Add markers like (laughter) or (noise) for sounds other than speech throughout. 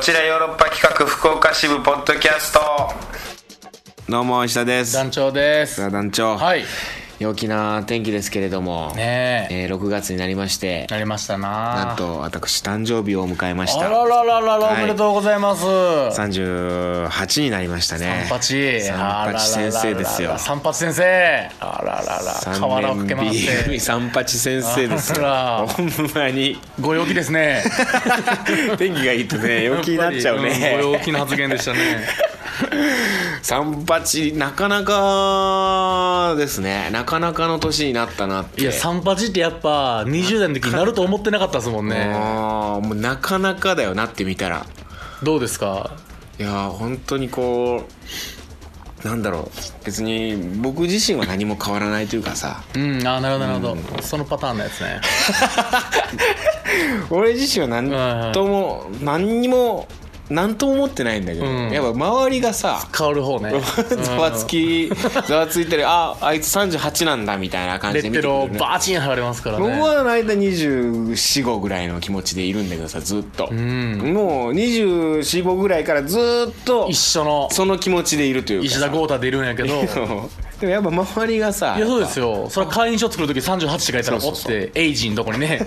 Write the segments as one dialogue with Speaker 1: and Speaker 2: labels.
Speaker 1: ちらヨーロッパ企画福岡支部ポッドキャストどうも石田です
Speaker 2: 団長です
Speaker 1: さあ団長、
Speaker 2: はい
Speaker 3: 陽気な天気ですけれども、
Speaker 2: ねえ
Speaker 3: えー6月になりまして
Speaker 2: なりましたな
Speaker 3: なんと私誕生日を迎えまし
Speaker 2: あら
Speaker 3: た
Speaker 2: ららららお
Speaker 3: い
Speaker 2: めでとうございます、
Speaker 3: 38になりましたね
Speaker 2: 三八
Speaker 3: 三
Speaker 2: あらららら
Speaker 3: 八先生ですよ
Speaker 2: 三八先生あららら
Speaker 3: 三
Speaker 2: 瓦をかけ回っ
Speaker 3: 年
Speaker 2: て
Speaker 3: 日三八先生ですよ
Speaker 2: あら
Speaker 3: ほんまに
Speaker 2: ご陽気で
Speaker 3: (laughs)
Speaker 2: すね
Speaker 3: 天気がいいと (laughs) ね陽気になっちゃう
Speaker 2: やっぱりんご
Speaker 3: ね
Speaker 2: 陽気な発言でし
Speaker 3: (laughs)
Speaker 2: たね
Speaker 3: 三八なかなかですねなかなかの年になったなって
Speaker 2: いや三八ってやっぱ20代の時になると思ってなかったですもんね
Speaker 3: (laughs) あーもうなかなかだよなってみたら
Speaker 2: どうですか
Speaker 3: いやー本当にこうなんだろう別に僕自身は何も変わらないというか
Speaker 2: (laughs)
Speaker 3: さ
Speaker 2: うんあなるほどなるほどそのパターンのやつね
Speaker 3: 俺自身は何とも何にも何とも思ってないんだけど、
Speaker 2: うん
Speaker 3: やっぱ周りがさ
Speaker 2: 変わる方
Speaker 3: (laughs)
Speaker 2: ね
Speaker 3: ざわつ
Speaker 2: (laughs)
Speaker 3: きざわついたりああいつ38なんだみたいな感
Speaker 2: レ
Speaker 3: じで見
Speaker 2: ッテ
Speaker 3: てく
Speaker 2: ルを
Speaker 3: る、ね、
Speaker 2: バチン貼られますからね
Speaker 3: 僕は大体245ぐらいの気持ちでいるんだけどさずっと、
Speaker 2: ん
Speaker 3: もう245ぐらいからずっと
Speaker 2: 一緒の
Speaker 3: その気持ちでいるというかさ
Speaker 2: 石田豪太でいるんやけどい
Speaker 3: でもやっぱ周りがさ
Speaker 2: やそうですよそれは会員証作る時38って書いたら「お」ってエイジのとこ
Speaker 3: (laughs)
Speaker 2: にね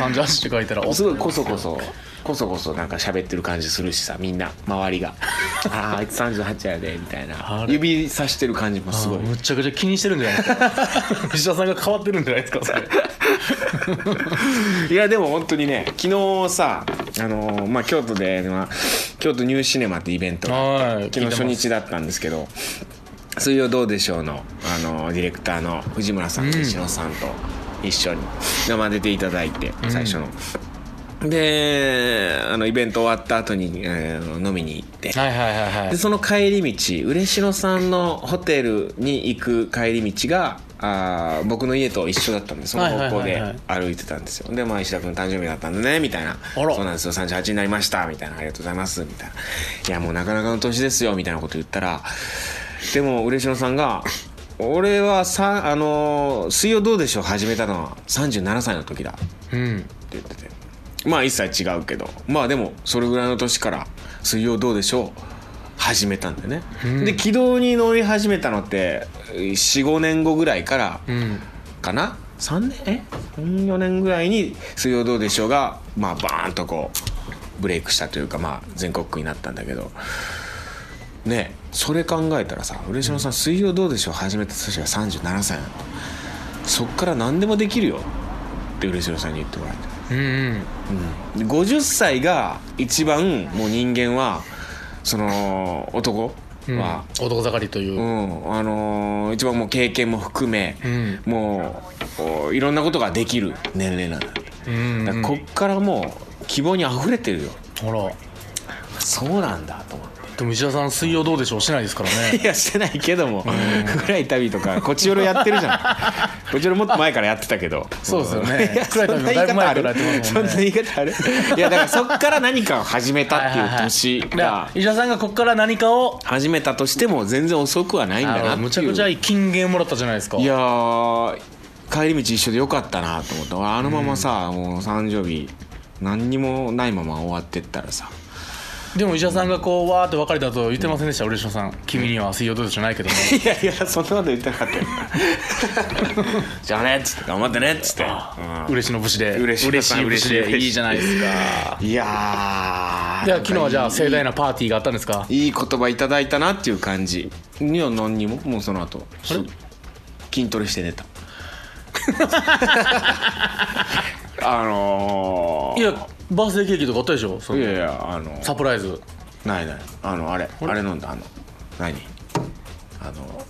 Speaker 2: 38って書いたら「お」
Speaker 3: すごいこそこそこそこそなんか喋ってる感じするしさみんな周
Speaker 2: (laughs)
Speaker 3: りが「あああいつ38やで」みたいな
Speaker 2: あれ
Speaker 3: 指さしてる感じもすごい
Speaker 2: むっちゃくちゃ気にしてるんじゃないです
Speaker 3: (laughs)
Speaker 2: か石田さんが変わってるんじゃないですかそれ
Speaker 3: いやでも本当にね昨日さあのーまあ京都で、まあ、京都ニューシネマってイベントが
Speaker 2: はい
Speaker 3: 昨日初日だったんですけど「水曜どうでしょうの」あのーディレクターの藤村さんと石野さんと一緒に生出ていただいて最初の。であのイベント終わった後に、えー飲みに行って、
Speaker 2: はいはいはいは
Speaker 3: で
Speaker 2: い
Speaker 3: その帰り道嬉野さんのホテルに行く帰り道があー僕の家と一緒だったんでその方向
Speaker 2: はいはい
Speaker 3: で
Speaker 2: はい
Speaker 3: 歩いてたんですよ、でまあ石田君誕生日だったんだねみたいな「
Speaker 2: あら
Speaker 3: そうなんですよ38になりました」みたいな「ありがとうございます」みたいな「いやもうなかなかの年ですよ」みたいなこと言ったらでも嬉野さんが「俺はさ、あのー水曜どうでしょう」始めたのは37歳の時だ
Speaker 2: うん
Speaker 3: って言っててまあ一切違うけどまあでもそれぐらいの年から「水曜どうでしょう」始めたんだよね、で軌道に乗り始めたのって45年後ぐらいから
Speaker 2: うん
Speaker 3: かな3年え4年ぐらいに「水曜どうでしょうが」まあバーンとこうブレイクしたというかまあ全国区になったんだけどねえそれ考えたらさ嬉野さん「水曜どうでしょう」始めた年が37歳なのそっから何でもできるよって嬉野さんに言ってもらえた
Speaker 2: うんうん
Speaker 3: 50歳が一番もう人間はその男
Speaker 2: うん
Speaker 3: は、
Speaker 2: 男盛りといううん
Speaker 3: あのー一番もう経験も含め、
Speaker 2: うん
Speaker 3: もうおいろんなことができる年齢なんだって
Speaker 2: う
Speaker 3: だから
Speaker 2: ん
Speaker 3: こっからもう希望にあふれてるよ
Speaker 2: ほら
Speaker 3: そうなんだと思って
Speaker 2: でも石田さん水曜どうでしょうしてないですから
Speaker 3: (laughs)
Speaker 2: ね
Speaker 3: いやしてないけども「暗い旅」とか「こっちよろ」やってる
Speaker 2: (laughs)
Speaker 3: じゃんこっちよろもっと前からやってたけど
Speaker 2: そうですよね
Speaker 3: いや
Speaker 2: 暗い旅もだいぶ前からやってます
Speaker 3: そ
Speaker 2: も
Speaker 3: ん
Speaker 2: ん
Speaker 3: な
Speaker 2: ね
Speaker 3: 言い方あるいやだからそっから何かを始めた (laughs) っていう年
Speaker 2: はいは
Speaker 3: が
Speaker 2: いはいだから石田さんがここから何かを
Speaker 3: 始めたとしても全然遅くはないんだなっていう
Speaker 2: むちゃくちゃいい金言もらったじゃないですか
Speaker 3: いやー帰り道一緒でよかったなと思った俺あのままさ、もう誕生日何にもないまま終わってったらさ
Speaker 2: でも石田さんがこうわーって別れたと言ってませんでした、嬉野さん君には水曜どうでしょうないけども
Speaker 3: (laughs) いやいやそんなこと言ってなかったよ (laughs) じゃあねっつって頑張ってねっつって、うん
Speaker 2: 嬉しの節で
Speaker 3: 嬉しの節
Speaker 2: しい節でい
Speaker 3: 嬉しい節
Speaker 2: いじゃないです
Speaker 3: (laughs)
Speaker 2: か
Speaker 3: いやー
Speaker 2: では昨日はじゃあ
Speaker 3: な
Speaker 2: 盛
Speaker 3: んか
Speaker 2: 大なパーティーがあったんですか
Speaker 3: いいいい言葉いただいたなっていう感じいや何にももうその後すぐ筋トレして寝 (laughs) たあの
Speaker 2: い
Speaker 3: ー、
Speaker 2: やバースデーケーキとかあったでしょその
Speaker 3: いやいやあのー
Speaker 2: サプライズ
Speaker 3: ないないあのあれあれ飲んだあの何あの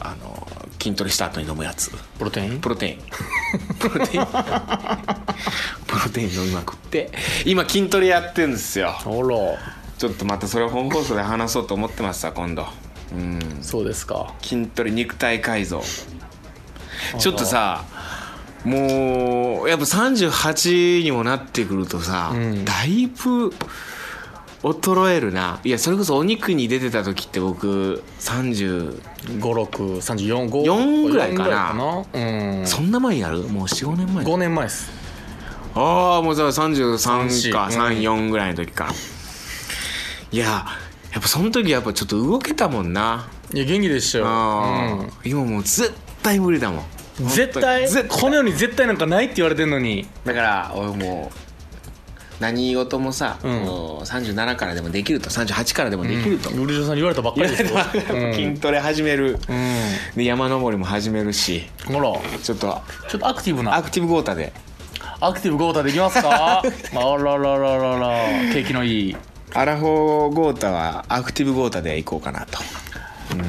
Speaker 3: あの筋トレした後に飲むやつ
Speaker 2: プロテイン
Speaker 3: プロテイン (laughs) プロテインプロテイン飲みまくって今筋トレやってんですよ
Speaker 2: あら
Speaker 3: ちょっとまたそれを本放送で話そうと思ってますさ今度うん
Speaker 2: そうですか
Speaker 3: 筋トレ肉体改造ちょっとさもうやっぱ38にもなってくるとさ、
Speaker 2: うん
Speaker 3: だいぶ衰えるないやそれこそお肉に出てた時って僕30
Speaker 2: 5634
Speaker 3: 四ぐらいかな
Speaker 2: うん
Speaker 3: そんな前になるもう45年前
Speaker 2: 5年前です
Speaker 3: ああもうだから33か
Speaker 2: 34
Speaker 3: 34ぐらいの時か、いややっぱその時やっぱちょっと動けたもんない
Speaker 2: や元気でしたよ、
Speaker 3: あー今もう絶対無理だもん
Speaker 2: うん絶対
Speaker 3: 絶対
Speaker 2: この世に絶対なんかないって言われてんのに
Speaker 3: だから俺もう何事もさ、
Speaker 2: ん
Speaker 3: もう37からでもできると38からでもできると、
Speaker 2: よりじょさんに言われたばっかりですよう
Speaker 3: (laughs)
Speaker 2: ん
Speaker 3: 筋トレ始める、
Speaker 2: う
Speaker 3: で山登りも始めるし
Speaker 2: んほら
Speaker 3: ちょっと
Speaker 2: ちょっとアクティブな
Speaker 3: アクティブゴータで
Speaker 2: アクティブ豪太できま
Speaker 3: (laughs)
Speaker 2: すかあらららららら景気のいい、
Speaker 3: アラフォーゴータはアクティブゴータで行こうかなと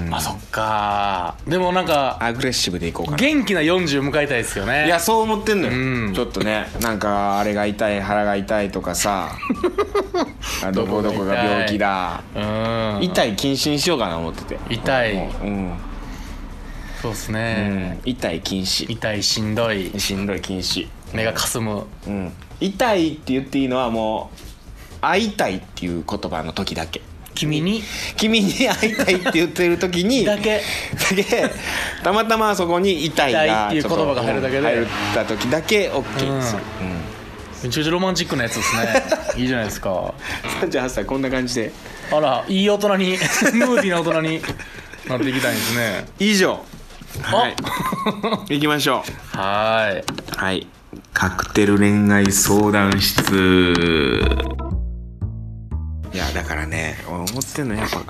Speaker 2: あそっかでもなんか
Speaker 3: アグレッシブで行こうかな
Speaker 2: 元気な40迎えたいですよね
Speaker 3: いやそう思ってんのよ、
Speaker 2: うん
Speaker 3: ちょっとねなんかあれが痛い腹が痛いとかさあどこどこが病気だ
Speaker 2: うん
Speaker 3: 痛い禁止にしようかな思ってて
Speaker 2: 痛い
Speaker 3: うん、
Speaker 2: そうっす
Speaker 3: う
Speaker 2: ね、
Speaker 3: ん、痛い禁止
Speaker 2: 痛いしんどい
Speaker 3: しんどい禁止
Speaker 2: 目がかすむ
Speaker 3: うん、痛いって言っていいのはもう「会いたい」っていう言葉の時だけ
Speaker 2: 君に
Speaker 3: 君に会いたいって言ってる時に
Speaker 2: だけ
Speaker 3: だけたまたまそこに「痛いが」
Speaker 2: 痛いっていう言葉が入るだけで
Speaker 3: ちょっと入った時だけ OK でする、
Speaker 2: めちゃくちゃロマンチックなやつですね
Speaker 3: (laughs)
Speaker 2: いいじゃないですか
Speaker 3: うん、38歳こんな感じで
Speaker 2: あらいい大
Speaker 3: (laughs)
Speaker 2: 人にムーディーな大人になっていきたいんですね
Speaker 3: 以上はい (laughs) 行きましょ
Speaker 2: はーいう
Speaker 3: はいカクテル恋愛相談室いやだからね俺思ってんのやっぱ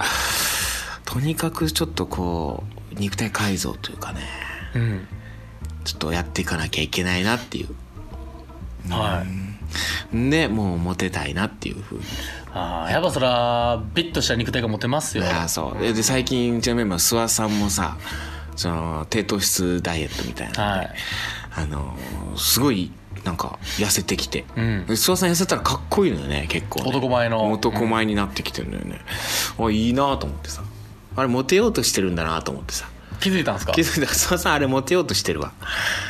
Speaker 3: とにかくちょっとこう肉体改造というかね
Speaker 2: うん
Speaker 3: ちょっとやっていかなきゃいけないなっていう
Speaker 2: はい
Speaker 3: でもうモテたいなっていうふうに
Speaker 2: あーやっぱそらビッとした肉体が持てますよ
Speaker 3: ああそうでで最近うちのメンバー諏訪さんもさその低糖質ダイエットみたいな、
Speaker 2: はい
Speaker 3: あのすごいなんか痩せてきて、
Speaker 2: うん
Speaker 3: で諏訪さん痩せたらかっこいいのよね結構ね、
Speaker 2: 男前の
Speaker 3: 男前になってきてるのよね、あいいなと思ってさあれモテようとしてるんだなと思ってさ
Speaker 2: 気づいたんですか
Speaker 3: 気づいた諏訪さんあれモテようとしてるわ、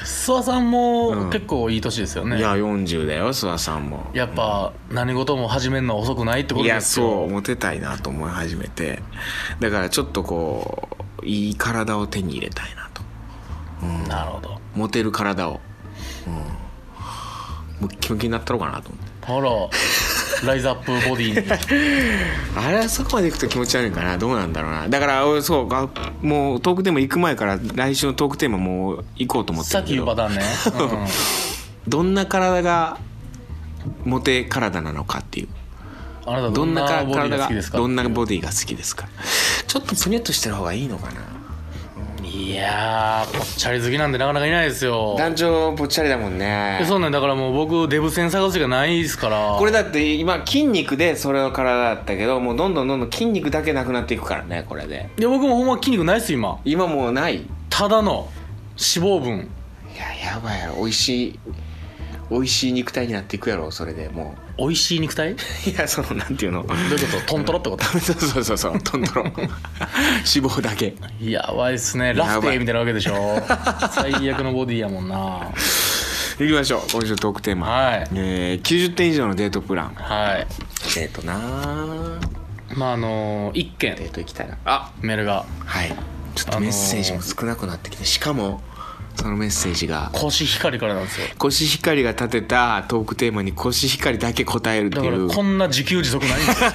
Speaker 2: 諏訪さんも結構いい年ですよね、
Speaker 3: いや40だよ諏訪さんも
Speaker 2: やっぱ何事も始めるのは遅くないってこ
Speaker 3: い
Speaker 2: と
Speaker 3: や
Speaker 2: ですよ
Speaker 3: そうモテたいなと思い始めてだからちょっとこういい体を手に入れたいなと
Speaker 2: なるほど
Speaker 3: モテる体を、うん、ムッキムキになったろうかなと思って
Speaker 2: ほらライズアップボデ
Speaker 3: (laughs)
Speaker 2: ィに
Speaker 3: あれはそこまで行くと気持ち悪いんかなどうなんだろうなだから俺そうがもうトークテーマ行く前から来週のトークテーマもう行こうと思って
Speaker 2: さ
Speaker 3: る
Speaker 2: っ
Speaker 3: け
Speaker 2: き言うパ
Speaker 3: ど
Speaker 2: ターンね、
Speaker 3: (laughs) どんな体がモテ体なのかっていう
Speaker 2: うん、あなた
Speaker 3: ど
Speaker 2: ど
Speaker 3: ん
Speaker 2: ん
Speaker 3: な
Speaker 2: な
Speaker 3: か
Speaker 2: ボディ
Speaker 3: 体
Speaker 2: が好
Speaker 3: が
Speaker 2: きですか
Speaker 3: どんなボディが好きですかちょっとプニュッとしてる方がいいのかない
Speaker 2: やーぽっちゃり好きなんでなかなかいないですよ
Speaker 3: 男女ぽっちゃりだもんね
Speaker 2: えそうなんだからもう僕デブ戦探すしかないですから
Speaker 3: これだって今筋肉でそれの体だったけどもうどんどんどんどん筋肉だけなくなっていくからねこれで
Speaker 2: いや僕もほんま筋肉ないっす今
Speaker 3: 今もうないい
Speaker 2: ただの脂肪分
Speaker 3: ややばいやろ美味しい美味しい肉体になっていくやろそれでも
Speaker 2: 美味しい肉体ど
Speaker 3: う (laughs) いやそのなんていうの
Speaker 2: ういうことトントロってこと
Speaker 3: (laughs) そうそうそうそうとんどろ (laughs) 脂肪だけ
Speaker 2: やばいっすねラフテーみたいなわけでしょ
Speaker 3: (laughs)
Speaker 2: 最悪のボディやもんな
Speaker 3: 行きましょう今週のトークテーマ、
Speaker 2: はい
Speaker 3: えー、90点以上のデートプラン
Speaker 2: はい
Speaker 3: デートなー
Speaker 2: まああの一
Speaker 3: デ
Speaker 2: 件
Speaker 3: ート行きたいなあ
Speaker 2: メールが
Speaker 3: はいちょっとメッセージも少なくなってきてしかもそのメッセージが
Speaker 2: コシヒカリからなんですよ
Speaker 3: コシヒカリが立てたトークテーマにコシヒカリだけ答えるって
Speaker 2: だか
Speaker 3: い
Speaker 2: ら
Speaker 3: う
Speaker 2: こんな自給自足な
Speaker 3: (laughs)
Speaker 2: いんですよ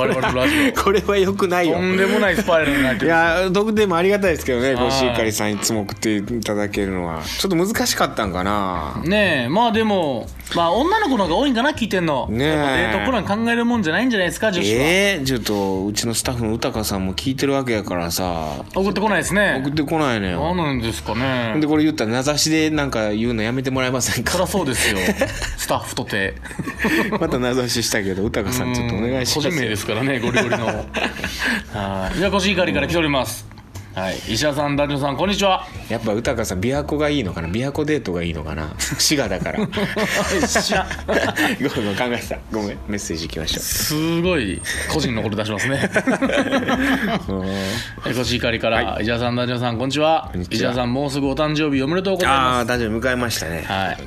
Speaker 2: 我々のラジ
Speaker 3: これはよくない
Speaker 2: オ
Speaker 3: よ
Speaker 2: とんでもないスパイラルになっ
Speaker 3: い
Speaker 2: てる
Speaker 3: やトークテーマありがたいですけどね
Speaker 2: はい
Speaker 3: コシヒカリさんいつも送っていただけるのはちょっと難しかったんかな
Speaker 2: ねえまあでもまあ女の子の方が多いんかな聞いてんの
Speaker 3: ねえ
Speaker 2: やっぱデートプラン考えるもんじゃないんじゃないですか女子は、
Speaker 3: えー、ちょっとうちのスタッフの歌香さんも聞いてるわけやからさ
Speaker 2: 送ってこないですね
Speaker 3: 送ってこないの
Speaker 2: 何
Speaker 3: よ
Speaker 2: なんですかね
Speaker 3: でこれ言ったら名指しでなんか言うのやめてもらえません
Speaker 2: そ
Speaker 3: か
Speaker 2: りゃそう
Speaker 3: (laughs)
Speaker 2: ですよスタッフとて
Speaker 3: また名指ししたけど歌香さんちょっとお願いし
Speaker 2: 個
Speaker 3: ます
Speaker 2: 人名ですからねゴリゴリ
Speaker 3: (laughs)
Speaker 2: のはいじゃあコシヒカリから来ております、はい石田さん男女さんこんにちは
Speaker 3: やっぱ歌香さん琵琶湖がいいのかな琵琶湖デートがいいのかな滋賀だ
Speaker 2: (laughs)
Speaker 3: から (laughs)
Speaker 2: 知らん
Speaker 3: ごめんごめん考えてたごめんメッセージいきましょ
Speaker 2: すごい個人のこと出しま
Speaker 3: (laughs)
Speaker 2: すね
Speaker 3: う
Speaker 2: えコシヒカリから、石田さん男女さんこんにちは
Speaker 3: にちは
Speaker 2: 石田さんもうすぐお誕生日おめでとうございます
Speaker 3: ああ大丈夫迎えましたね
Speaker 2: はい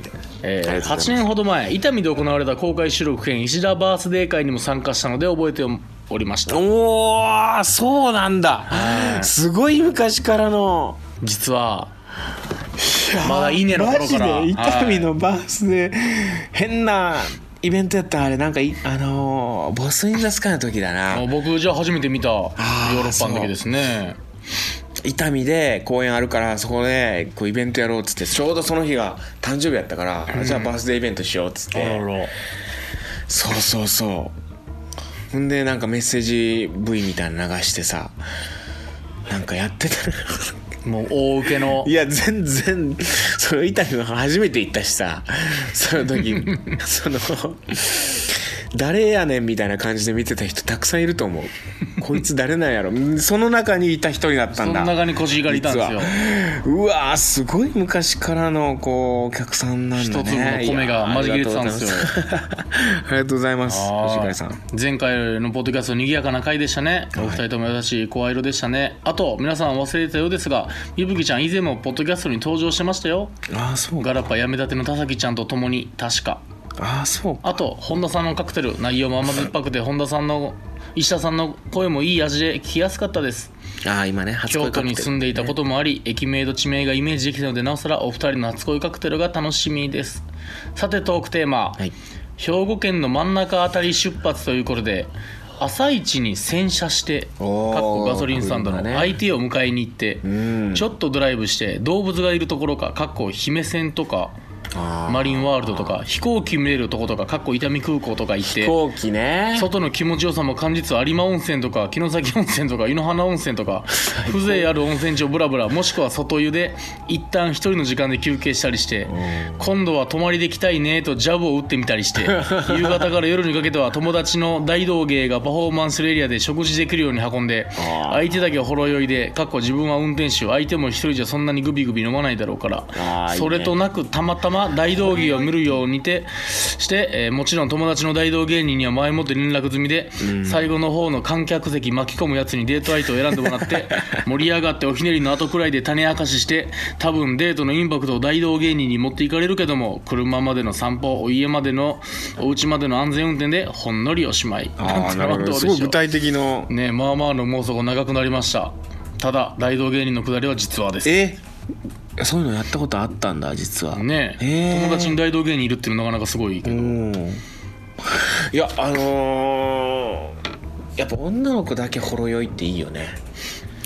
Speaker 2: え
Speaker 3: ありがとう
Speaker 2: ー、
Speaker 3: ございます
Speaker 2: 8年ほど前伊丹で行われた公開収録編石田バースデー会にも参加したので覚えておりました
Speaker 3: おおそうなんだすごい昔からの
Speaker 2: 実はまだ稲の頃から
Speaker 3: マジで痛み
Speaker 2: はい
Speaker 3: のバースで変なイベントやったらあれなんかいあのーボス・イン・ザ・スカイの時だな
Speaker 2: あ僕じゃあ初めて見たヨ
Speaker 3: あー
Speaker 2: ーロッパの時ですね
Speaker 3: 伊丹で公演あるからそこでこうイベントやろうっつってちょうどその日が誕生日やったから、じゃあバースデーイベントしようっつっ
Speaker 2: あら
Speaker 3: て
Speaker 2: ら
Speaker 3: そうそうそうほんでなんかメッセージ V みたいなの流してさなんかやってた
Speaker 2: もう大受けの
Speaker 3: いや全然それ伊丹は初めて行ったしさその
Speaker 2: (laughs)
Speaker 3: 時その誰やねんみたいな感じで見てた人たくさんいると思うこいつ誰なんやろその中にいた一人だった
Speaker 2: そ
Speaker 3: ん
Speaker 2: の
Speaker 3: だ
Speaker 2: 中にコシヒカリいたんです
Speaker 3: 実
Speaker 2: よ
Speaker 3: はうわーすごい昔からのこうお客さんなんだね
Speaker 2: 一粒の米が混じ切れてたんですよ
Speaker 3: いやありがとうございます
Speaker 2: あー
Speaker 3: 吉さん
Speaker 2: 前回のポッドキャスト賑やかな回でしたねお二人とも優しい声色でしたねあと皆さん忘れてたようですがゆぶきちゃん以前もポッドキャストに登場してましたよ
Speaker 3: ああそうか
Speaker 2: ガラッパやめたての田崎ちゃんと共に確か
Speaker 3: ああそうか
Speaker 2: あと本田さんのカクテル内容も甘酸っぱくて本田さんの石田さんの声もいい味で聞きやすかったです
Speaker 3: ああ今ね初
Speaker 2: 京
Speaker 3: 恋
Speaker 2: 都
Speaker 3: カク
Speaker 2: に
Speaker 3: テ
Speaker 2: 住ん
Speaker 3: ル
Speaker 2: でいたこともあり、駅名と地名がイメージできたのでなおさらお二人の初恋カクテルが楽しみですさてトークテーマ、
Speaker 3: はい
Speaker 2: 兵庫県の真ん中あたり出発ということで朝一に洗車してかっ
Speaker 3: おー
Speaker 2: こガソリンスタンドの
Speaker 3: 車ね
Speaker 2: 相手を迎えに行って、
Speaker 3: ん
Speaker 2: ちょっとドライブして動物がいるところかかっこ姫線とか
Speaker 3: あー
Speaker 2: マリンワールドとか飛行機見れるとことかかっこ伊丹空港とか行って
Speaker 3: 飛行機ね
Speaker 2: 外の気持ちよさも感じつつ有馬温泉とか城崎温泉とか湯の花温泉とか風情ある温泉地をブラブラもしくは外湯で一旦一人の時間で休憩したりして今度は泊まりで来たいねとジャブを打ってみたりして (laughs) 夕方から夜にかけては友達の大道芸がパフォーマンスするエリアで食事できるように運んで
Speaker 3: あー
Speaker 2: 相手だけはほろ酔いでかっこ自分は運転手相手も一人じゃそんなにグビグビ飲まないだろうから
Speaker 3: あーいいね
Speaker 2: それとなくたまたま大道芸を見るようにてして、えーもちろん友達の大道芸人には前もって連絡済みで、最後の方の観客席巻き込むやつにデート相手を選んでもらって
Speaker 3: (laughs)
Speaker 2: 盛り上がっておひねりの後くらいで種明かしして多分デートのインパクトを大道芸人に持っていかれるけども車までの散歩お家までのお家までの安全運転でほんのりおしまい
Speaker 3: ああなるほ
Speaker 2: どう
Speaker 3: ど
Speaker 2: でし
Speaker 3: す
Speaker 2: ょ
Speaker 3: ご
Speaker 2: う
Speaker 3: い具体的の
Speaker 2: ねまあまあの妄想が長くなりましたただ大道芸人のくだりは実話です
Speaker 3: えそういうのやったことあったんだ実は
Speaker 2: ね
Speaker 3: へー
Speaker 2: 友達に大道芸人いるっていうのなかなかすごいけど、
Speaker 3: うんいやあのーやっぱ女の子だけほろ酔いっていいよね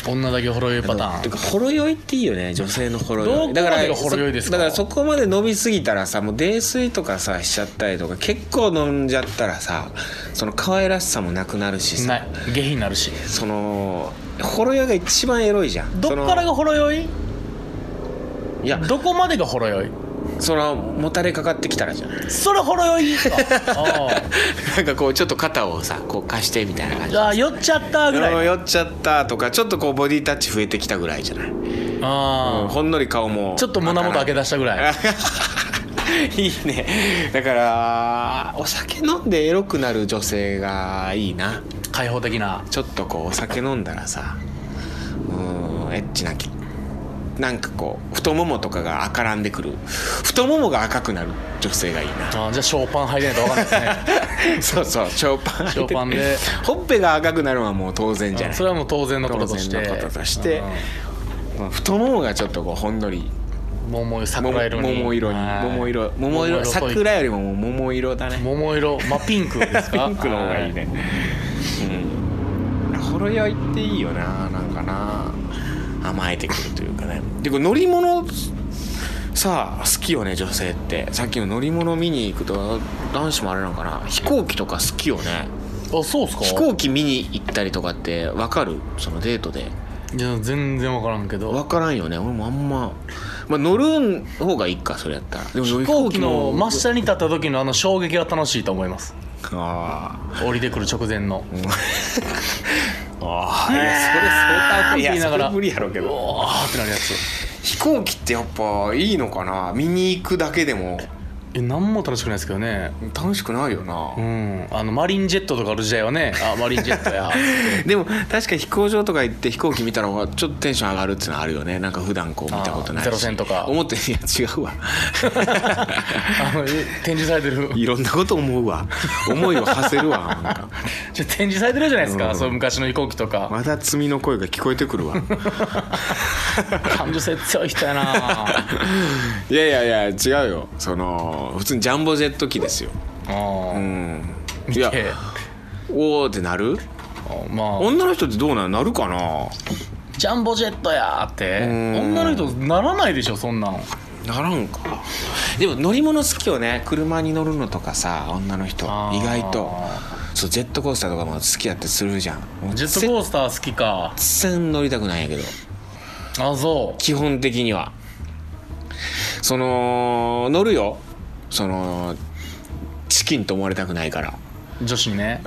Speaker 2: 女だけほろ酔いパター
Speaker 3: て
Speaker 2: ン
Speaker 3: かほろ酔いっていいよね女性のほろ酔い
Speaker 2: どこまでがほろ酔いですか
Speaker 3: だからそだからそこまで飲みすぎたらさもう泥酔とかさしちゃったりとか結構飲んじゃったらさその可愛らしさもなくなるし
Speaker 2: な
Speaker 3: さ
Speaker 2: い下品になるし
Speaker 3: そのほろ酔いが一番エロいじゃん
Speaker 2: どっから
Speaker 3: そ
Speaker 2: がほろ酔い
Speaker 3: のいや
Speaker 2: どこまでがほろ酔い
Speaker 3: そのもたれかかってきたらじゃない
Speaker 2: それほろ酔いか (laughs) あ
Speaker 3: (laughs) なんかこうちょっと肩をさこう貸してみたいな感
Speaker 2: ーあー酔っちゃったぐらい
Speaker 3: 酔っちゃったとかちょっとこうボディタッチ増えてきたぐらいじゃない、うん
Speaker 2: あ
Speaker 3: ほんのり顔も
Speaker 2: ーちょっと胸元開け出したぐらい
Speaker 3: (laughs) いいねだからお酒飲んでエロくなる女性がいいな
Speaker 2: 開放的な
Speaker 3: ちょっとこうお酒飲んだらさうんエッチなきなんかこう太ももとかが赤らんでくる太ももが赤くな (laughs) る女性がいい
Speaker 2: あーじゃあショーパン履いてないと分かんないですね
Speaker 3: なそうそうショーパン
Speaker 2: ショーパンで
Speaker 3: ほっぺが赤くなるのはもう当然 (laughs) じゃない
Speaker 2: それはもう当然のこと
Speaker 3: 当
Speaker 2: とし
Speaker 3: 然
Speaker 2: て
Speaker 3: のこととして、まあ太ももがちょっとこうほんのり
Speaker 2: うん桃色
Speaker 3: も
Speaker 2: 桜色に
Speaker 3: 桃色に
Speaker 2: はい
Speaker 3: 桃色桃色
Speaker 2: 桃色
Speaker 3: 桜よりももう桃色だね
Speaker 2: 桃色まあピンクで
Speaker 3: (laughs)
Speaker 2: す
Speaker 3: ピ
Speaker 2: か
Speaker 3: ンクの方がいいねうんほろ酔いっていいよななんかな甘えてくるというかねでこれ乗り物さあ好きよね女性ってさっきの乗り物見に行くと男子もあれなんかな飛行機とか好きよね
Speaker 2: あそうっすか
Speaker 3: 飛行機見に行ったりとかって分かるそのデートで
Speaker 2: いや全然分からんけど
Speaker 3: 分からんよね俺もあんま、まあ、乗る方がいいかそれやったらでも飛
Speaker 2: 飛行機の真下に立った時のあの衝撃が楽しいと思います
Speaker 3: あ
Speaker 2: 降りてくる直前の
Speaker 3: あああいやそれ
Speaker 2: あーって言いながら
Speaker 3: 理やろうけど
Speaker 2: おーってなるやつ
Speaker 3: 飛行機ってやっぱいいのかな見に行くだけでも
Speaker 2: え何も楽しくないですけどね
Speaker 3: 楽しくないよな
Speaker 2: う、んあのマリンジェットとかある時代はねあマリンジェッ
Speaker 3: (laughs)
Speaker 2: トや
Speaker 3: でも確かに飛行場とか行って飛行機見たらわちょっとテンション上がるっていうのはあるよねなんか普段こう見たことないし
Speaker 2: あーゼロ戦とか
Speaker 3: 思っていや違うわ (laughs)
Speaker 2: あのえ展示されてる
Speaker 3: いろんなこと思うわ思いを馳せるわなんか
Speaker 2: ちょ展示されてるじゃないです
Speaker 3: う
Speaker 2: か、
Speaker 3: ん
Speaker 2: そう昔の飛行機とか
Speaker 3: まだ罪の声が聞こえてくるわ
Speaker 2: 感情性強い人やな (laughs)
Speaker 3: いやいやいや違うよその普通にジャンボジェット機ですよ
Speaker 2: ああ、見
Speaker 3: いや
Speaker 2: て
Speaker 3: おーってなる
Speaker 2: あまあ
Speaker 3: 女の人ってどうなのなるかな
Speaker 2: ジャンボジェットやーって
Speaker 3: ん
Speaker 2: 女の人ならないでしょそんなん
Speaker 3: ならんかでも乗り物好きよね車に乗るのとかさ女の人
Speaker 2: あー
Speaker 3: 意外とそうジェットコースターとかも好きやってするじゃん
Speaker 2: ジェットコースター好きか
Speaker 3: 全然乗りたくないんやけど
Speaker 2: あそう
Speaker 3: 基本的にはその乗るよそのチキンと思われたくないから (laughs)
Speaker 2: 女子にね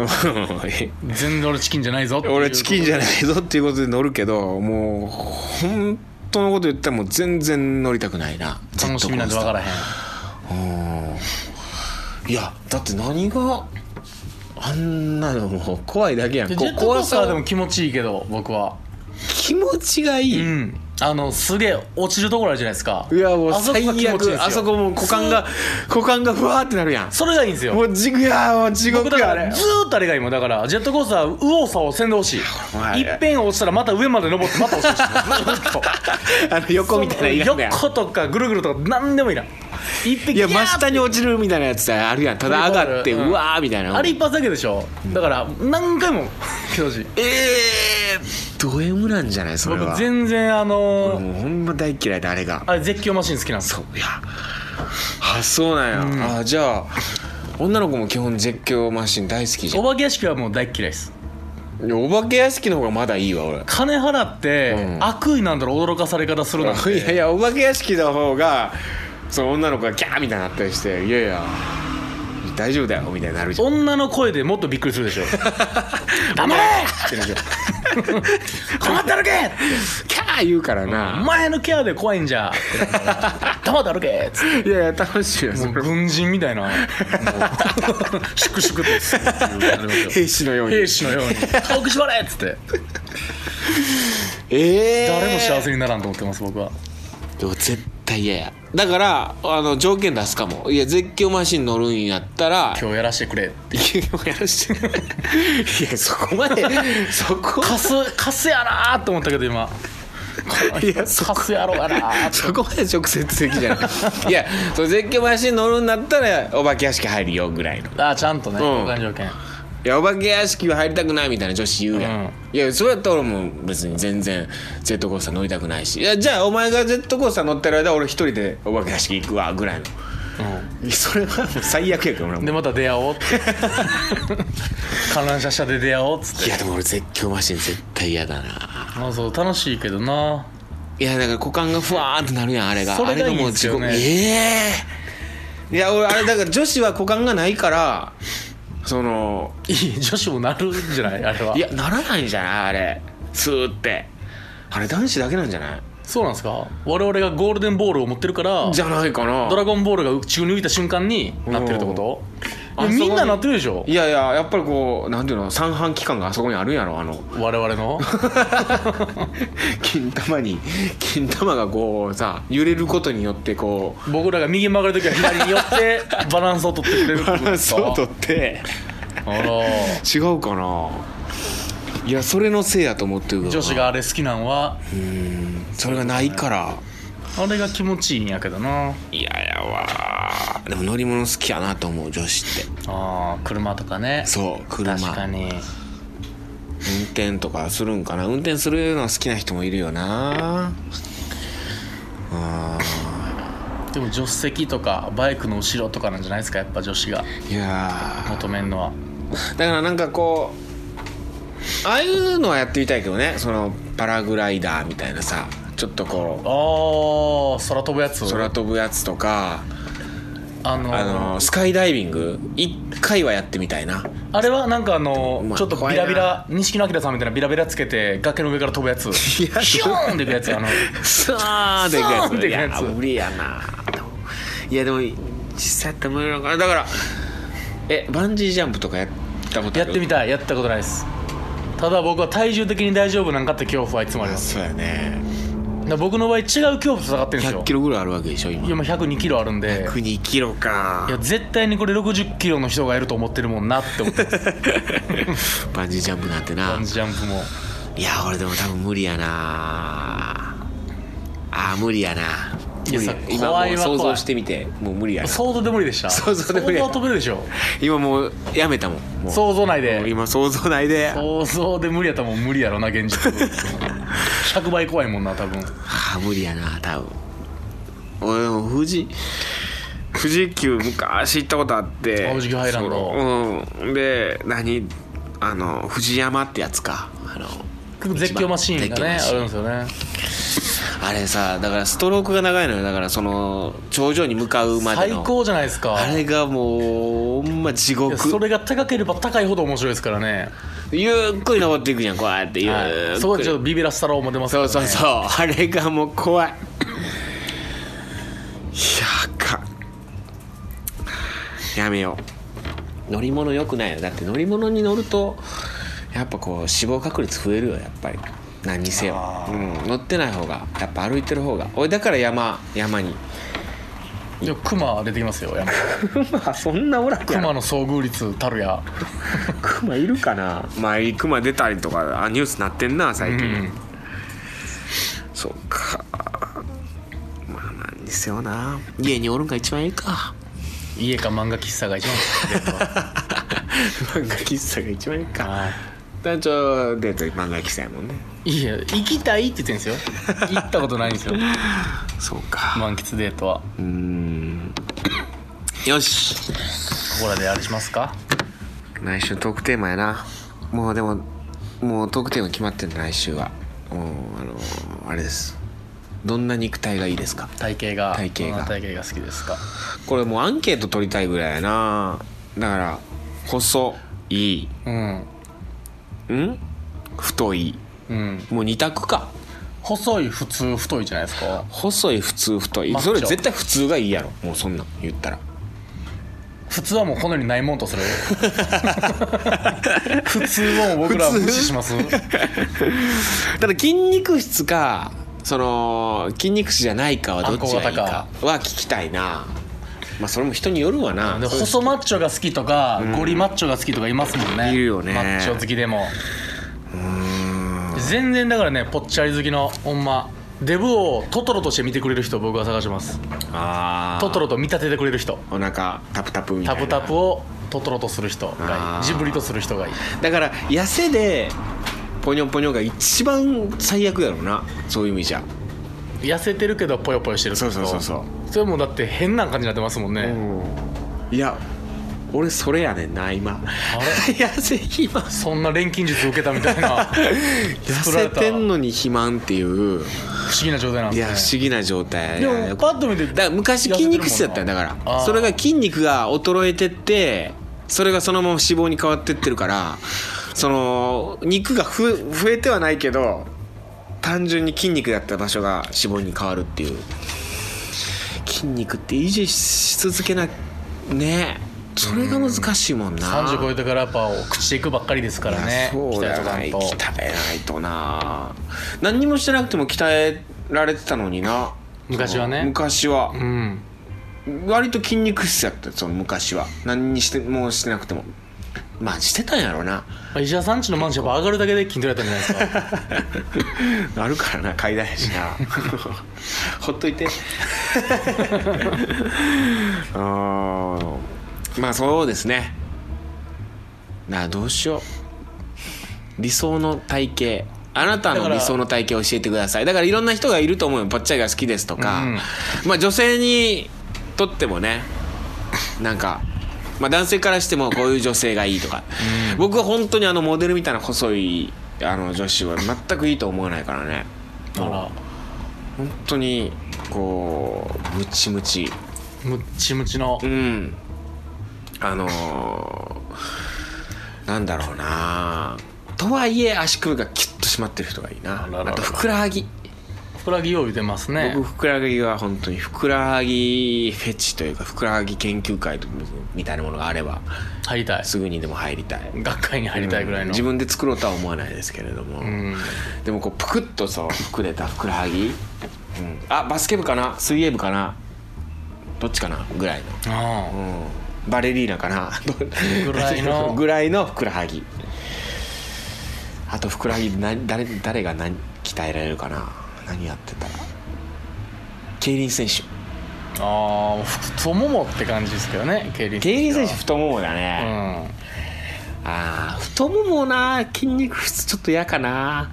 Speaker 2: 全然俺チキンじゃないぞっていう
Speaker 3: 俺チキンじゃないぞっていうことで乗るけどもう本当のこと言ったらもう全然乗りたくないな
Speaker 2: 楽しみなんて分からへん
Speaker 3: うんいやだって何があんなのもう怖いだけやん
Speaker 2: で
Speaker 3: こ
Speaker 2: ジェットコースタ
Speaker 3: 怖さ
Speaker 2: ーでも気持ちいいけど僕は
Speaker 3: 気持ちがいい、
Speaker 2: うんあのすげえ落ちるところあるじゃないですか
Speaker 3: いやもう
Speaker 2: あそこが
Speaker 3: 最
Speaker 2: 気持ちいいんです
Speaker 3: 悪
Speaker 2: よ
Speaker 3: あそこもう股間が股間がふわーってなるやん
Speaker 2: それがいいんですよ
Speaker 3: もう地獄やもう地
Speaker 2: 僕
Speaker 3: 獄
Speaker 2: だ
Speaker 3: や
Speaker 2: か
Speaker 3: あ
Speaker 2: ら
Speaker 3: れ
Speaker 2: ずーっとあれが今だからジェットコースターは右往左往せんでほしい
Speaker 3: はい
Speaker 2: いっぺん落ちたらまた上まで登ってまた落ち
Speaker 3: (laughs)
Speaker 2: てほしいずーっと
Speaker 3: あの横みたいなのいらんねや
Speaker 2: 横とかぐるぐるとか何でもいいな一匹
Speaker 3: いや
Speaker 2: ギャー
Speaker 3: 真下に落ちるみたいなやつさあるやんただ上がって
Speaker 2: うん
Speaker 3: うわーみたいな
Speaker 2: あれ一発だけでしょだから何回 (laughs) も来てほしい
Speaker 3: ええド M なんじゃないそれは
Speaker 2: 僕全然あのー
Speaker 3: もうほんま大嫌いだあれが
Speaker 2: あれ絶叫マシン好きなんですよ
Speaker 3: そういやあそうなんや、あじゃあ女の子も基本絶叫マシン大好きじゃ
Speaker 2: お
Speaker 3: ん
Speaker 2: 化け屋敷はもう大っ嫌いです
Speaker 3: いやお化け屋敷の方がまだいいわ俺
Speaker 2: 金払って、
Speaker 3: うん
Speaker 2: 悪意なんだろう驚かされ方するなんて
Speaker 3: いやいやお化け屋敷の方がその女の子がキャーみたいになったりしていやいや大丈夫だよみたいになるじゃん
Speaker 2: 女の声でもっとびっくりするでし (laughs) ょ黙れ
Speaker 3: ってなるじゃん
Speaker 2: 困って歩け
Speaker 3: キャー言うから
Speaker 2: お
Speaker 3: な、
Speaker 2: 前のケアで怖いんじ (laughs) ゃってなるから黙って歩けつって
Speaker 3: いやいや楽しいよそ
Speaker 2: もう
Speaker 3: れ
Speaker 2: 軍人みた (laughs) いなもう粛々とすっていうあれですよ
Speaker 3: 兵士のように
Speaker 2: 兵士のように「顔く縛れ!」っつって
Speaker 3: ええ
Speaker 2: 誰も幸せにならんと思ってます僕は
Speaker 3: でも絶対嫌やだからあの条件出すかもいや絶叫マシン乗るんやったら
Speaker 2: 今日やらしてくれ (laughs)
Speaker 3: いややらしていやそこまでそこ
Speaker 2: カスカスやなーと思ったけど今
Speaker 3: いやそ
Speaker 2: カスやろうやなーって
Speaker 3: そこまで直接的じゃないいやその絶叫マシン乗るんだったらお化け屋敷入るよぐらいのい
Speaker 2: あーちゃんとね
Speaker 3: うん
Speaker 2: 交換条件
Speaker 3: やお化け屋敷は入りたくないみたいな女子言うやん、
Speaker 2: うん
Speaker 3: いやそれやったら俺も別に全然ジェットコースター乗りたくないしいやじゃあお前がジェットコースター乗ってる間俺一人でお化け屋敷行くわぐらいのいやそれはもう最悪やけど俺はもう
Speaker 2: でまた出会おうって
Speaker 3: (laughs)
Speaker 2: 観覧車車で出会おうっつっ
Speaker 3: い
Speaker 2: て
Speaker 3: やでも俺絶叫マシン絶対嫌だな
Speaker 2: まあそう楽しいけどない
Speaker 3: やだから股間がふわーってなるやんあれが
Speaker 2: それがいいんですよね
Speaker 3: あれがもう地獄ええいや俺あれだから女子は股間がないからその
Speaker 2: いい女子もなるんじゃないあれはい
Speaker 3: やならないんじゃないあれスーってあれ男子だけなんじゃない
Speaker 2: そうなんですか我々がゴールデンボールを持ってるから
Speaker 3: じゃないかな
Speaker 2: ドラゴンボールが宇宙に浮いた瞬間になってるってこ
Speaker 3: うん
Speaker 2: とい
Speaker 3: あそ
Speaker 2: や
Speaker 3: こ
Speaker 2: み
Speaker 3: に
Speaker 2: んななってるでしょ
Speaker 3: いやいややっぱりこうなんていうの三半規管があそこにあるんやろあ
Speaker 2: (laughs)
Speaker 3: の
Speaker 2: 我々の
Speaker 3: 金玉に金玉がこうさ揺れることによってこ
Speaker 2: (laughs)
Speaker 3: う
Speaker 2: 僕らが右に曲がる時は左に寄って
Speaker 3: (laughs)
Speaker 2: バランスを取ってくれるってこ
Speaker 3: バ
Speaker 2: と
Speaker 3: ラ
Speaker 2: で
Speaker 3: ン
Speaker 2: す
Speaker 3: ス
Speaker 2: か
Speaker 3: を取って
Speaker 2: あら
Speaker 3: 違うかな。いやそれのせいやと思ってるけどな
Speaker 2: 女子があれ好きなんは
Speaker 3: それがないから
Speaker 2: あれが気持ちいいんやけどない
Speaker 3: ややわでも乗り物好きやなと思う女子って
Speaker 2: あー車とかね
Speaker 3: そう車
Speaker 2: 確かに
Speaker 3: 運転とかするんかな運転するのは好きな人もいるよなあ
Speaker 2: でも助手席とかバイクの後ろとかなんじゃないですかやっぱ女子が
Speaker 3: ーいや
Speaker 2: 求めんのは
Speaker 3: ーだからなんかこうああいうのはやってみたいけどねそのパラグライダーみたいなさちょっとこ
Speaker 2: あー空飛ぶやつ
Speaker 3: う空飛ぶやつとか
Speaker 2: あの
Speaker 3: あのスカイダイビング一回はやってみたいな
Speaker 2: あれはなんかあの
Speaker 3: まあ
Speaker 2: ちょっとビラビラ錦野明さんみたいなビラビラつけて崖の上から飛ぶやつヒューンっていくやつあの
Speaker 3: さあでかいや
Speaker 2: さ
Speaker 3: つ
Speaker 2: ーでかいやつ
Speaker 3: い無理やなでもいやでも実際やって無理なのかなだからえバンジージャンプとかやったことあ
Speaker 2: や
Speaker 3: る
Speaker 2: ってみたいやったことないですただ僕は体重的に大丈夫なんかって恐怖はいつもあります
Speaker 3: そうやね
Speaker 2: だから僕の場合違う恐怖と戦ってるんです
Speaker 3: 100
Speaker 2: よ
Speaker 3: キロぐらいあるわけでしょ
Speaker 2: いや
Speaker 3: 今
Speaker 2: もう102キロあるんで
Speaker 3: 2キロか
Speaker 2: いや絶対にこれ60キロの人がいると思ってるもんなって思ってます
Speaker 3: バンジージャンプなんて
Speaker 2: バ
Speaker 3: な
Speaker 2: ンジージャンプも
Speaker 3: いや俺でも多分無理やなあー無理やな
Speaker 2: い
Speaker 3: 無
Speaker 2: や
Speaker 3: 理
Speaker 2: さ
Speaker 3: 今も
Speaker 2: 怖いうわ
Speaker 3: 想
Speaker 2: 怖
Speaker 3: 像
Speaker 2: い
Speaker 3: してみてもう無理やな
Speaker 2: 想像で無理でした
Speaker 3: 想像で無理
Speaker 2: 想像飛べるでしょ
Speaker 3: 今もうやめたもんもう
Speaker 2: 想像内
Speaker 3: もう
Speaker 2: で
Speaker 3: 今想像内で
Speaker 2: 想像で無理やったらもう無理やろな現実
Speaker 3: (laughs)
Speaker 2: 100倍怖いもんな多分
Speaker 3: ああ無理やな多分俺も富士富士急昔行ったことあって
Speaker 2: あ富士急ハイランド
Speaker 3: そううんで何あの富山ってやつかあの
Speaker 2: 絶叫マシーンがね
Speaker 3: 絶
Speaker 2: あ
Speaker 3: 叫
Speaker 2: るん
Speaker 3: マ
Speaker 2: ですよね
Speaker 3: シーンあれさだからストロークが長いのよだからその頂上に向かうまで
Speaker 2: 最
Speaker 3: の
Speaker 2: 高じゃないですか
Speaker 3: あれがもうほんま地
Speaker 2: い
Speaker 3: 獄
Speaker 2: やそれが高ければ高いほど面白いですからね
Speaker 3: ゆっくり登っていくじゃんこうやってゆっくり、
Speaker 2: はいそこでちょっとビビらせたろう思ってます
Speaker 3: そうそう
Speaker 2: う
Speaker 3: そうあれがもう怖いいやあかんやめよう乗り物よくないよだって乗り物に乗るとやっぱこう死亡確率増えるよやっぱり何にせよ、うん、乗ってない方がやっぱ歩いてる方が俺だから山山に
Speaker 2: いやクマ出てきますよやっ
Speaker 3: (laughs)
Speaker 2: ぱ
Speaker 3: まあそんなおらく
Speaker 2: クマの遭遇率たるや
Speaker 3: クマいるかな前にクマ出たりとかあニュースなってんな最近、そうかまあ何にせよな家におるんが一番いいか
Speaker 2: 家か漫画喫茶が一番
Speaker 3: 漫画喫茶が一番いいか
Speaker 2: は
Speaker 3: 団長デート漫画喫茶やもんね
Speaker 2: いいや行きたいって言ってんですよ行ったことないんですよ
Speaker 3: そうか
Speaker 2: 満喫デートは
Speaker 3: うーんよし
Speaker 2: ここらであれしますか
Speaker 3: 来週トークテーマやなもうでももうトークテーマ決まってんの来週はもうあのあれですどんな肉体がいいですか
Speaker 2: 体型が
Speaker 3: 体型が
Speaker 2: どんな体型が好きですか
Speaker 3: これもうアンケート取りたいぐらいやなだから細い
Speaker 2: うん
Speaker 3: ん太い
Speaker 2: うん
Speaker 3: もう二択か
Speaker 2: 細い普通太いじゃないですか
Speaker 3: 細い普通太い
Speaker 2: マッチ
Speaker 3: そ
Speaker 2: ョ
Speaker 3: れ絶対普通がいいやろもうそんなん言ったら
Speaker 2: 普通はもうこの世にないもんとす (laughs) る普通を僕らは無視します
Speaker 3: ただ筋肉質かその筋肉質じゃないかはどっちがいいか
Speaker 2: あ
Speaker 3: は聞きたいなまあそれも人によるわな
Speaker 2: で
Speaker 3: そう
Speaker 2: 細マッチョが好きとか、ゴリマッチョが好きとかいますもんね
Speaker 3: いるよね
Speaker 2: マッチョ好きでも全然だからねぽっちゃり好きのほんまデブをトトロとして見てくれる人を僕は探します
Speaker 3: あ
Speaker 2: トト
Speaker 3: ロ
Speaker 2: ロと見立ててくれる人
Speaker 3: お腹タプタプみた
Speaker 2: タ
Speaker 3: いな
Speaker 2: プタプをトトロとする人
Speaker 3: あ
Speaker 2: が
Speaker 3: ー
Speaker 2: いいジブリとする人がいい
Speaker 3: だから痩せでポニョンポニョンが一番最悪だろうなそういう意味じゃ
Speaker 2: 痩せてるけどぽよぽよしてるってこと
Speaker 3: そうそうそう
Speaker 2: それもうだって変な感じになってますもんね、
Speaker 3: いや俺それやねんな今
Speaker 2: れ
Speaker 3: (laughs) 痩せ肥満
Speaker 2: そんな錬金術受けたみた
Speaker 3: (laughs)
Speaker 2: いな
Speaker 3: 痩
Speaker 2: 作ら
Speaker 3: せ
Speaker 2: れた
Speaker 3: てんのに肥満っていう
Speaker 2: 不思議な状態なん
Speaker 3: いや
Speaker 2: で
Speaker 3: 不
Speaker 2: すね
Speaker 3: 思議な状態
Speaker 2: で
Speaker 3: いや
Speaker 2: もパッと見て
Speaker 3: だから昔筋肉質だったんだか
Speaker 2: あ
Speaker 3: ら
Speaker 2: ー
Speaker 3: それが筋肉が衰えてってそれがそのまま脂肪に変わってってるからその肉がふ増えてはないけど単純に筋肉だった場所が脂肪に変わるっていう筋肉って維持し続けなねそれが難しいもんな
Speaker 2: 30超えてからやっぱ朽ちていくばっかりですからね
Speaker 3: そうだよな
Speaker 2: 鍛えとかんと
Speaker 3: 鍛えないとな何にもしてなくても鍛えられてたのにな
Speaker 2: 昔はね
Speaker 3: 昔は、
Speaker 2: うん
Speaker 3: 割と筋肉質だったその昔は何にしてもしてなくてもまあしてたんやろうな
Speaker 2: まあ石田さんちのマンションやっぱ上がるだけで筋トレやったんじゃないですか
Speaker 3: あるからな階段やしな (laughs) ほっといて (laughs) あーまあそうですねなあどうしよう理想の体型あなた
Speaker 2: だ
Speaker 3: の
Speaker 2: から
Speaker 3: 理想の体型を教えてくださいだからいろんな人がいると思うよぽっちゃりが好きですとか、
Speaker 2: うん
Speaker 3: まあ女性にとってもねなんか、まあ、男性からしてもこういう女性がいいとか、僕は本当にあのモデルみたいな細いあの女子は全くいいと思わないからね (laughs)
Speaker 2: あら
Speaker 3: 本当にこうムチムチ
Speaker 2: ムッチムチの
Speaker 3: うんあのーなんだろうなとはいえ足首がキュッと締まってる人がいいな
Speaker 2: あららら
Speaker 3: あとふくらはぎ
Speaker 2: ふくらはぎ用意出ますね
Speaker 3: 僕ふくらはぎは本当にふくらはぎフェチというかふくらはぎ研究会とみたいなものがあれば
Speaker 2: 入りたい
Speaker 3: すぐにでも入りたい
Speaker 2: 学会に入りたいぐらいの
Speaker 3: 自分で作ろうとは思わないですけれども、
Speaker 2: うん
Speaker 3: でもこうぷくっとそう膨れたふくらはぎ、うん、あバスケ部かな水泳部かなどっちかなぐらい
Speaker 2: ああ
Speaker 3: の、うん、バレリーナかな
Speaker 2: ぐらいの
Speaker 3: ぐらいのふくらはぎあとふくらはぎな誰誰が何鍛えられるかな何やってたら競輪選手
Speaker 2: ああ太ももって感じですけどね競輪
Speaker 3: 競輪選手
Speaker 2: は
Speaker 3: 太ももだね、ああ太ももな筋肉質ちょっと嫌かな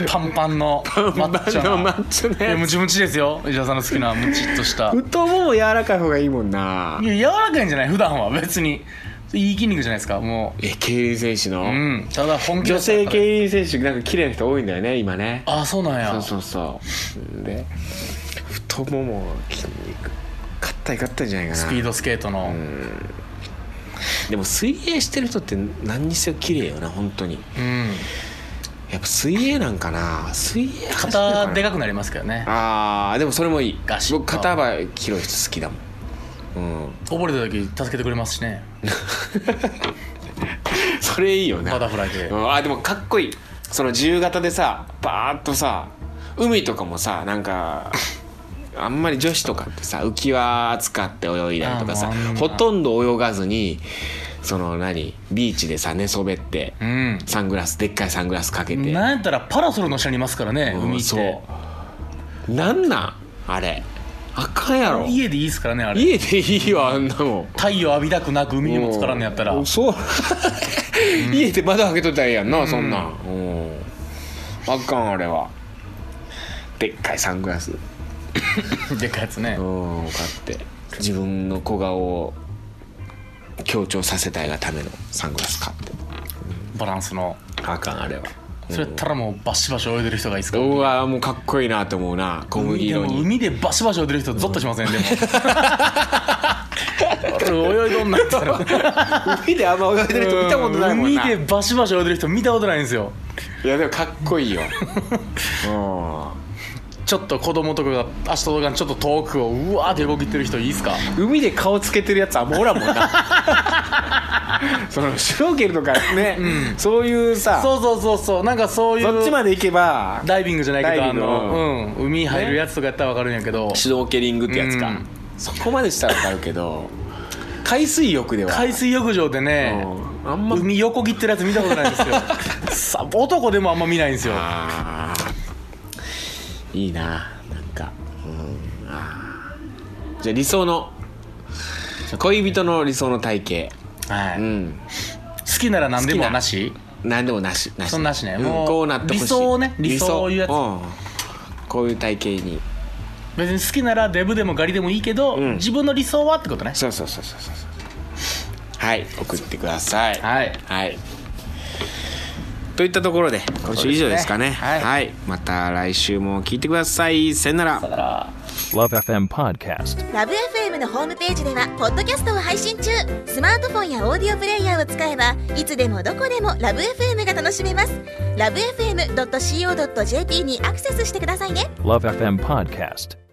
Speaker 2: うん、パンパンのマッチョな
Speaker 3: マッチョ
Speaker 2: いや
Speaker 3: ね
Speaker 2: ムチムチですよ石田さんの好きなムチっとした
Speaker 3: 太もも柔らかい方がいいもんない
Speaker 2: や柔らかいんじゃない普段は別にいい筋肉じゃないですかも
Speaker 3: え競輪選手の、
Speaker 2: ううんただ本気
Speaker 3: 女性競
Speaker 2: 輪
Speaker 3: 輪選手なんか綺麗な人多いんだよね今ね
Speaker 2: あそうなんや
Speaker 3: そうそうそうで太もも筋肉硬い硬いんじゃないかな
Speaker 2: スピードスケートの
Speaker 3: でも水泳してる人って何にせよ綺麗よな本当に
Speaker 2: うん
Speaker 3: やっぱ水泳なんかな水泳
Speaker 2: 肩で
Speaker 3: が
Speaker 2: かくなりますけどね
Speaker 3: あーでもそれもいい
Speaker 2: ガシッと
Speaker 3: 僕肩幅広い人好きだもんうん
Speaker 2: 溺れた時助けてくれますしね
Speaker 3: それいいよね
Speaker 2: バタフライで
Speaker 3: うんあーでもかっこいいその自由形でさバーッとさ海とかもさなん
Speaker 2: (laughs)
Speaker 3: かあんまり女子とかってさ浮き輪使って泳いだりとかさ
Speaker 2: あーもうあんな
Speaker 3: ほとんど泳がずにその何ビーチでさ寝そべって
Speaker 2: うん
Speaker 3: サングラスでっかいサングラスかけて
Speaker 2: なんやったらパラソルの下にいますからね
Speaker 3: うん
Speaker 2: 海っ
Speaker 3: そ
Speaker 2: て
Speaker 3: うなんなんあれあかんやろ
Speaker 2: 家でいいですからねあれ
Speaker 3: 家でいいわあんなもん
Speaker 2: 太陽浴びたくなく海にも浸からんのやったら
Speaker 3: うんそう家で窓開けとったらええやんなそんなんうんあかんあれはでっかいサングラス
Speaker 2: でっかいやつね
Speaker 3: うん買って自分の小顔を強調させたいがためのサングラス買って
Speaker 2: バランスの
Speaker 3: あかんあれは
Speaker 2: それやったらもうバシバシ泳いでる人がいいですから
Speaker 3: うわもうかっこいいなと思うな小麦
Speaker 2: で
Speaker 3: 色
Speaker 2: も
Speaker 3: に
Speaker 2: 海でバシバシ泳いでる人ゾッとしませんでも俺泳いどんなったら
Speaker 3: (laughs) 海であんま泳いでる人見たことないもんな
Speaker 2: 海でバシバシ泳いでる人見たことないんですよ
Speaker 3: いやでもかっこいい
Speaker 2: (laughs)
Speaker 3: よう
Speaker 2: ちょっと子供とかが足とかにちょっと遠くをうわーって横切ってる人いいっすか
Speaker 3: ん海で顔つけてるやつあんまおらんもん (laughs) なそのシュノーケルとかね、そういうさ
Speaker 2: そうそうそうそうなんかそういう
Speaker 3: そっちまで行けば
Speaker 2: ダイビングじゃないけど
Speaker 3: ダ
Speaker 2: あ
Speaker 3: イビング
Speaker 2: の、うん、海入るやつとかやったら分かるんやけど、
Speaker 3: シュノーケリングってやつか、
Speaker 2: うん
Speaker 3: そこまでしたらわかるけど海水浴では
Speaker 2: 海水浴場でね
Speaker 3: うんあんま
Speaker 2: 海横切ってるやつ見たことないんです
Speaker 3: (laughs)
Speaker 2: よさ男でもあんま見ないんですよ
Speaker 3: あーいいななんか、うん、あーじゃあ理想の恋人の理想の体型
Speaker 2: はい、
Speaker 3: うん
Speaker 2: 好きなら何でもなし
Speaker 3: 何でもなしなし
Speaker 2: そんなしね
Speaker 3: うん
Speaker 2: もう
Speaker 3: こうなってほしい
Speaker 2: 理想をね理想を言うやつ
Speaker 3: んこういう体型に
Speaker 2: 別に好きならデブでもガリでもいいけど、
Speaker 3: ん
Speaker 2: 自分の理想はってことね
Speaker 3: そうそうそうそうそうそうはい送ってください
Speaker 2: はい
Speaker 3: はいといったところで今週以上ですかね
Speaker 2: そうですねはい
Speaker 3: はい、また来週も聞いてくださいさよなら
Speaker 4: Love FM Podcast.
Speaker 5: ラブ f m のホームページではポッドキャストを配信中スマートフォンやオーディオプレイヤーを使えばいつでもどこでもラブ f m が楽しめますラブ FM.co.jp にアクセスしてくださいね
Speaker 4: Love FM Podcast.